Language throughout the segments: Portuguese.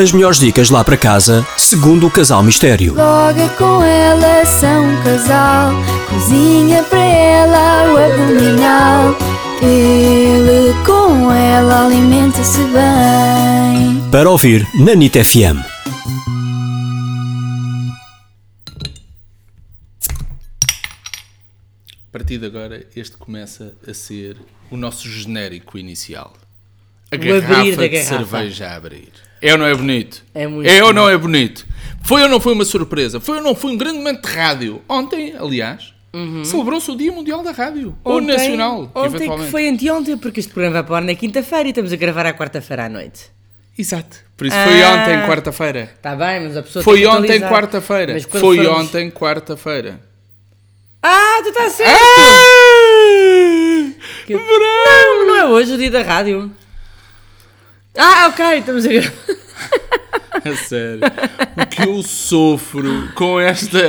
As melhores dicas lá para casa, segundo o Casal Mistério. Logo é com ela são um casal, cozinha para ela o abdominal. Ele com ela alimenta-se bem. Para ouvir na NIT FM. A partir de agora, este começa a ser o nosso genérico inicial. A abrir garrafa da de garrafa. cerveja a abrir. É ou não é bonito? É muito ou não é bonito? Foi ou não foi uma surpresa? Foi ou não foi um grande momento de rádio? Ontem, aliás, celebrou-se o Dia Mundial da Rádio. ou Uhum. Ontem- Nacional, Ontem eventualmente. que foi anteontem, porque este programa vai para o ar na quinta-feira e estamos a gravar à quarta-feira à noite. Exato. Por isso foi Ah. ontem, quarta-feira. Está bem, mas a pessoa Foi tem que ontem, atualizar. quarta-feira. Mas quando Foi formos- ontem, quarta-feira. Ah, tu estás certo! Ah! Que- Não, não é hoje o dia da rádio. Ah, ok, estamos a gravar. A sério. O que eu sofro com esta,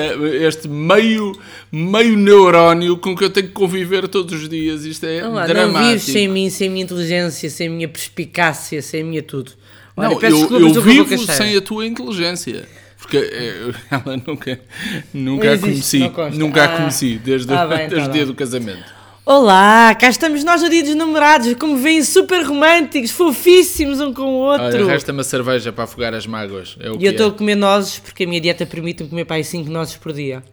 este meio, meio neurónio com que eu tenho que conviver todos os dias. Isto é Não, não dramático. vives sem mim, sem a minha inteligência, sem a minha perspicácia, sem a minha tudo. Olha, Não, peço eu, desculpa, eu mas estou com a vivo boca cheia. sem a tua inteligência. Porque eh, ela nunca, nunca Não a existe, conheci. não consta. nunca Ah. a conheci desde, Ah, bem, tá desde o dia bem. do casamento. Olá, cá estamos nós no dia dos namorados, como veem, super românticos, fofíssimos um com o Olha, outro. Ah, resta-me a cerveja para afogar as mágoas. É o E que eu estou é. a comer nozes porque a minha dieta permite-me comer para aí 5 nozes por dia.